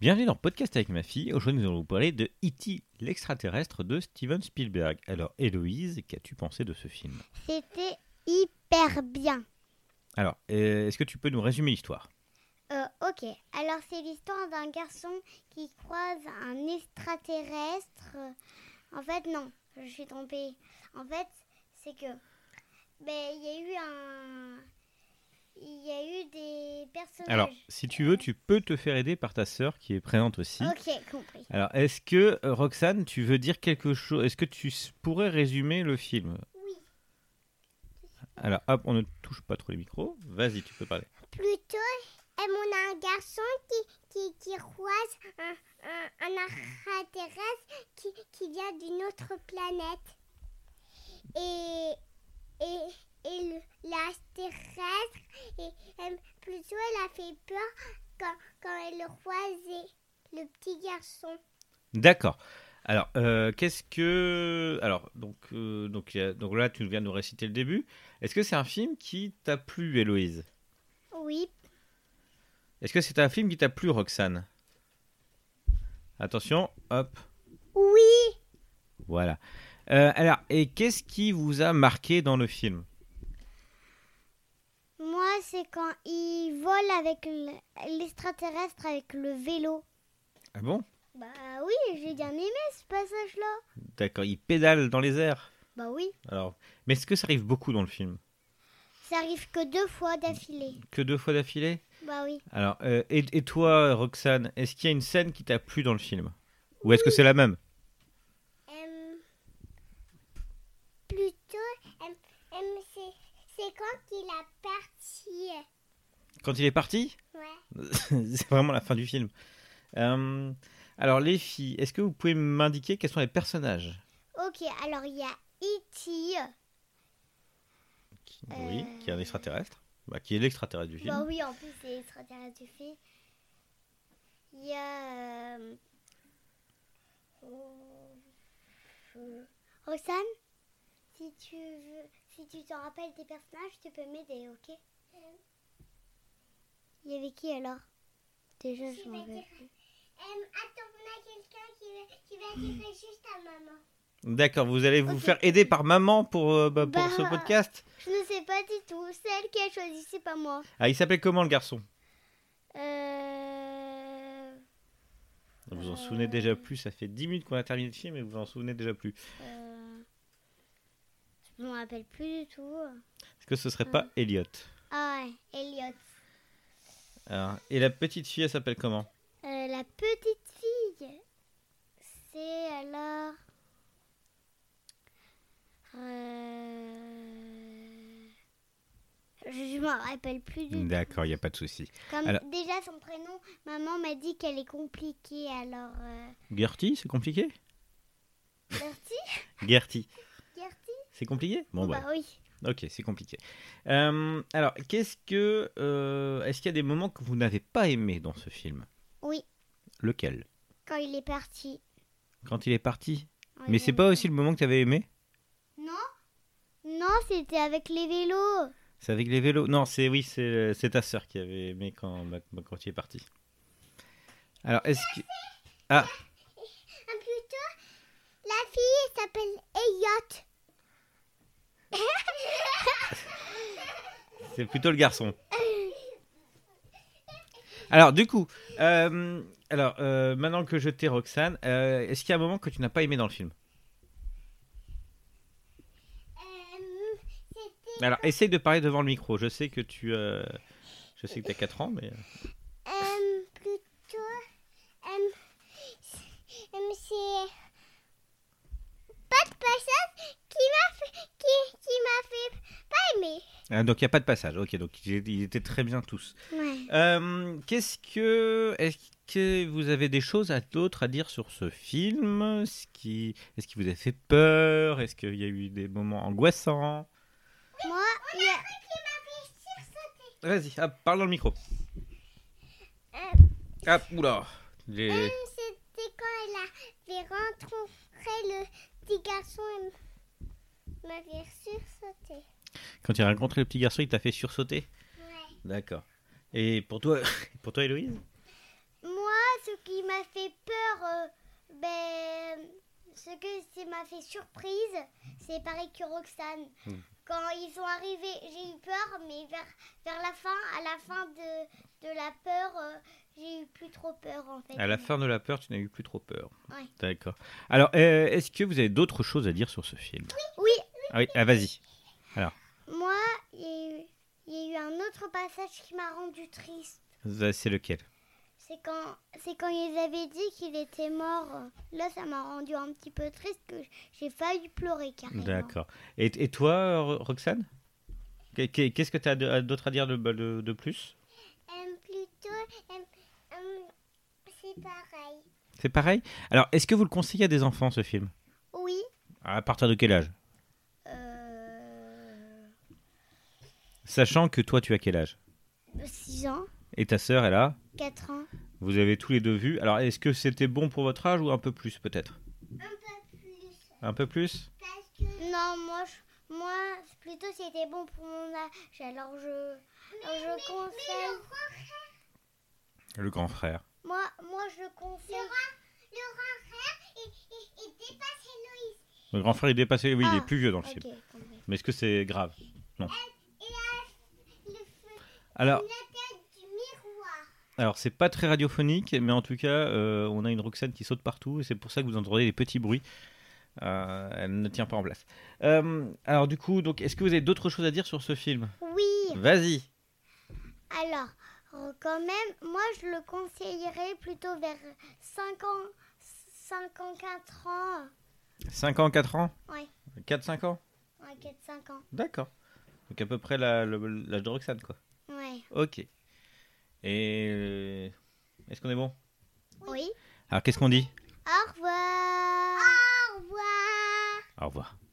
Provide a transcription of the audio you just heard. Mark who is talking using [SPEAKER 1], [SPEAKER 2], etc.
[SPEAKER 1] Bienvenue dans Podcast avec ma fille. Aujourd'hui, nous allons vous parler de E.T. l'extraterrestre de Steven Spielberg. Alors, Héloïse, qu'as-tu pensé de ce film
[SPEAKER 2] C'était hyper bien.
[SPEAKER 1] Alors, euh, est-ce que tu peux nous résumer l'histoire
[SPEAKER 2] Euh, ok, alors c'est l'histoire d'un garçon qui croise un extraterrestre. En fait, non, je suis trompée. En fait, c'est que ben, il y a eu un. Il y a eu des personnages.
[SPEAKER 1] Alors, si tu veux, tu peux te faire aider par ta sœur qui est présente aussi.
[SPEAKER 2] Ok, compris.
[SPEAKER 1] Alors, est-ce que, euh, Roxane, tu veux dire quelque chose Est-ce que tu s- pourrais résumer le film
[SPEAKER 2] Oui.
[SPEAKER 1] Alors, hop, on ne touche pas trop les micros. Vas-y, tu peux parler.
[SPEAKER 2] Plutôt, on a un garçon qui, qui, qui croise un, un, un extraterrestre qui, qui vient d'une autre planète. Et, et, et le- l'extraterrestre, et, euh, plutôt, elle a fait peur quand, quand elle le croisait, le petit garçon.
[SPEAKER 1] D'accord. Alors, euh, qu'est-ce que... Alors, donc, euh, donc, il y a- donc là, tu viens de nous réciter le début. Est-ce que c'est un film qui t'a plu, Héloïse
[SPEAKER 2] Oui,
[SPEAKER 1] Est-ce que c'est un film qui t'a plu, Roxane Attention, hop,
[SPEAKER 2] oui,
[SPEAKER 1] voilà. Euh, alors, et qu'est-ce qui vous a marqué dans le film
[SPEAKER 2] moi, c'est quand il vole avec le- l'extraterrestre avec le vélo.
[SPEAKER 1] Ah bon
[SPEAKER 2] Bah oui, j'ai bien aimé ce passage-là.
[SPEAKER 1] D'accord, il pédale dans les airs.
[SPEAKER 2] Bah oui.
[SPEAKER 1] Alors, mais est-ce que ça arrive beaucoup dans le film
[SPEAKER 2] Ça arrive que deux fois d'affilée.
[SPEAKER 1] Que deux fois d'affilée
[SPEAKER 2] Bah oui.
[SPEAKER 1] Alors, euh, et, et toi, Roxane, est-ce qu'il y a une scène qui t'a plu dans le film Ou est-ce que c'est la même
[SPEAKER 2] plutôt, euh, euh, c'est- c'est quand il a parti.
[SPEAKER 1] Quand il est parti
[SPEAKER 2] Ouais.
[SPEAKER 1] C'est vraiment la fin du film. Euh, alors, les filles, est-ce que vous pouvez m'indiquer quels sont les personnages
[SPEAKER 2] Ok, alors il y a E E.T.
[SPEAKER 1] Oui, qui est un extraterrestre. Bah, qui est l'extraterrestre du film.
[SPEAKER 2] Bah oui, en plus, c'est extraterrestre du film. Il y a. euh, euh, Roxane, si tu veux, si tu t'en rappelles des personnages, tu peux m'aider, ok Euh. Il y avait qui alors Déjà, je m'en rappelle. Euh, attends, on a quelqu'un qui, va tirer juste à maman.
[SPEAKER 1] D'accord, vous allez vous
[SPEAKER 2] Ok.
[SPEAKER 1] faire aider par maman pour, euh, bah, pour
[SPEAKER 2] Bah.
[SPEAKER 1] ce podcast
[SPEAKER 2] Je ne sais pas du tout. Celle qui a choisi, c'est pas moi.
[SPEAKER 1] Ah, il s'appelle comment le garçon
[SPEAKER 2] Euh.
[SPEAKER 1] Vous vous en souvenez déjà plus, ça fait 10 minutes qu'on a terminé le film et vous vous en souvenez déjà plus.
[SPEAKER 2] Euh, Je me rappelle plus du tout.
[SPEAKER 1] Est-ce que ce serait pas Elliot
[SPEAKER 2] Ah ouais, Elliot.
[SPEAKER 1] Alors, Et la petite fille, elle s'appelle comment
[SPEAKER 2] Euh, la petite fille, c'est alors. Euh, Je m'en rappelle plus du tout.
[SPEAKER 1] D'accord, il n'y a pas de souci.
[SPEAKER 2] Comme
[SPEAKER 1] alors-
[SPEAKER 2] déjà son prénom, maman m'a dit qu'elle est compliquée alors. Euh...
[SPEAKER 1] Gertie, c'est compliqué
[SPEAKER 2] Gertie
[SPEAKER 1] Gertie,
[SPEAKER 2] Gertie
[SPEAKER 1] c'est compliqué Bon,
[SPEAKER 2] Oh
[SPEAKER 1] bah,
[SPEAKER 2] bah oui.
[SPEAKER 1] ok, c'est compliqué. Euh, alors, qu'est-ce que. euh, Est-ce qu'il y a des moments que vous n'avez pas aimé dans ce film
[SPEAKER 2] Oui,
[SPEAKER 1] Lequel
[SPEAKER 2] quand il est parti.
[SPEAKER 1] Quand il est parti
[SPEAKER 2] On
[SPEAKER 1] Mais
[SPEAKER 2] les
[SPEAKER 1] c'est
[SPEAKER 2] aime
[SPEAKER 1] pas aussi le moment que tu avais aimé
[SPEAKER 2] Non Non, c'était avec les vélos.
[SPEAKER 1] C'est avec les vélos. Non, c'est oui, c'est c'est ta sœur qui avait aimé quand bah, quand tu es parti. Alors est-ce que ah
[SPEAKER 2] Ah, plutôt, la fille elle s'appelle Elliot.
[SPEAKER 1] c'est plutôt le garçon. Alors du coup, euh, alors euh, maintenant que je t'ai Roxane, euh, est-ce qu'il y a un moment que tu n'as pas aimé dans le film
[SPEAKER 2] Euh, C'était.
[SPEAKER 1] Alors essaye de parler devant le micro. Je sais que tu euh, je sais que t'as 4 ans, mais
[SPEAKER 2] euh, plutôt. euh, c'est- euh, c'est. Pas de passage qui m'a fait. Qui, qui m'a fait pas aimer.
[SPEAKER 1] Ah, donc il n'y a pas de passage. Ok, donc ils ils étaient très bien tous.
[SPEAKER 2] Ouais.
[SPEAKER 1] Euh, qu'est-ce que est-ce que vous avez des choses à d'autres à dire sur ce film ce qui est-ce qu'il vous a fait peur est-ce qu'il y a eu des moments angoissants
[SPEAKER 2] Moi, il y a- Ah,
[SPEAKER 1] vas-y ah, parle dans le micro ah oula les...
[SPEAKER 2] c'était quand elle avait rencontré le petit garçon et m'avait sursauté.
[SPEAKER 1] quand il a rencontré le petit garçon il t'a fait sursauter
[SPEAKER 2] Ouais.
[SPEAKER 1] d'accord et pour toi pour toi Héloïse
[SPEAKER 2] Moi, ce qui euh, ben, ce que ça m'a fait surprise, c'est pareil que Roxane.
[SPEAKER 1] Mm.
[SPEAKER 2] Quand ils sont arrivés, j'ai eu peur, mais vers, vers la fin, à la fin de, de la peur, euh, j'ai eu plus trop peur en fait.
[SPEAKER 1] À la fin de la peur, tu n'as eu plus trop peur.
[SPEAKER 2] Ouais.
[SPEAKER 1] D'accord. Alors, euh, est-ce que vous avez d'autres choses à dire sur ce film
[SPEAKER 2] Oui,
[SPEAKER 1] Ah oui, ah, vas-y.
[SPEAKER 2] moi, il y a eu- il y, a eu un autre passage qui m'a rendu triste.
[SPEAKER 1] Ça, C'est lequel
[SPEAKER 2] C'est quand, c'est quand ils avaient dit qu'il était mort. Là, ça m'a rendu un petit peu triste que j'ai failli pleurer carrément.
[SPEAKER 1] D'accord. Et, et toi, Ro- Roxane Qu'est- qu'est- Qu'est-ce que tu as d'autre à dire de, de- de plus
[SPEAKER 2] Euh, plutôt, euh, euh, c'est pareil.
[SPEAKER 1] C'est pareil Alors, est-ce que vous le conseillez à des enfants, ce film
[SPEAKER 2] Oui.
[SPEAKER 1] À partir de quel âge
[SPEAKER 2] Euh...
[SPEAKER 1] Sachant que toi, tu as quel âge
[SPEAKER 2] 6 ans,
[SPEAKER 1] Et ta sœur, elle a
[SPEAKER 2] 4 ans.
[SPEAKER 1] Vous avez tous les deux vu. Alors, est-ce que c'était bon pour votre âge ou un peu plus, peut-être Un peu plus
[SPEAKER 2] Non, moi, je- moi plutôt c'était bon pour mon âge, alors je, alors je conseille.
[SPEAKER 1] Le grand frère.
[SPEAKER 2] Moi, moi, je conseille.
[SPEAKER 1] Le grand frère, il est dépassé. Oui, il
[SPEAKER 2] Ah,
[SPEAKER 1] est plus vieux dans le film.
[SPEAKER 2] Ok, compris.
[SPEAKER 1] Mais est-ce que c'est grave Non. Alors, alors c'est pas très radiophonique, mais en tout cas, euh, on a une Roxane qui saute partout, et c'est pour ça que vous entendez des petits bruits. Euh, elle ne tient pas en place. Euh, alors du coup, donc, est-ce que vous avez d'autres choses à dire sur ce film
[SPEAKER 2] Oui,
[SPEAKER 1] Vas-y.
[SPEAKER 2] alors, euh, quand même, moi, je le conseillerais plutôt vers 5 ans, 5 ans, 4 ans.
[SPEAKER 1] 5 ans, 4 ans
[SPEAKER 2] Ouais.
[SPEAKER 1] 4-5 ans
[SPEAKER 2] Ouais, 4-5 ans.
[SPEAKER 1] D'accord. Donc à peu près la- le- l'âge de Roxane, quoi.
[SPEAKER 2] Ouais.
[SPEAKER 1] Ok. Et euh, est-ce qu'on est bon
[SPEAKER 2] Oui.
[SPEAKER 1] Alors qu'est-ce qu'on dit
[SPEAKER 2] Au revoir. Au revoir.
[SPEAKER 1] Au revoir.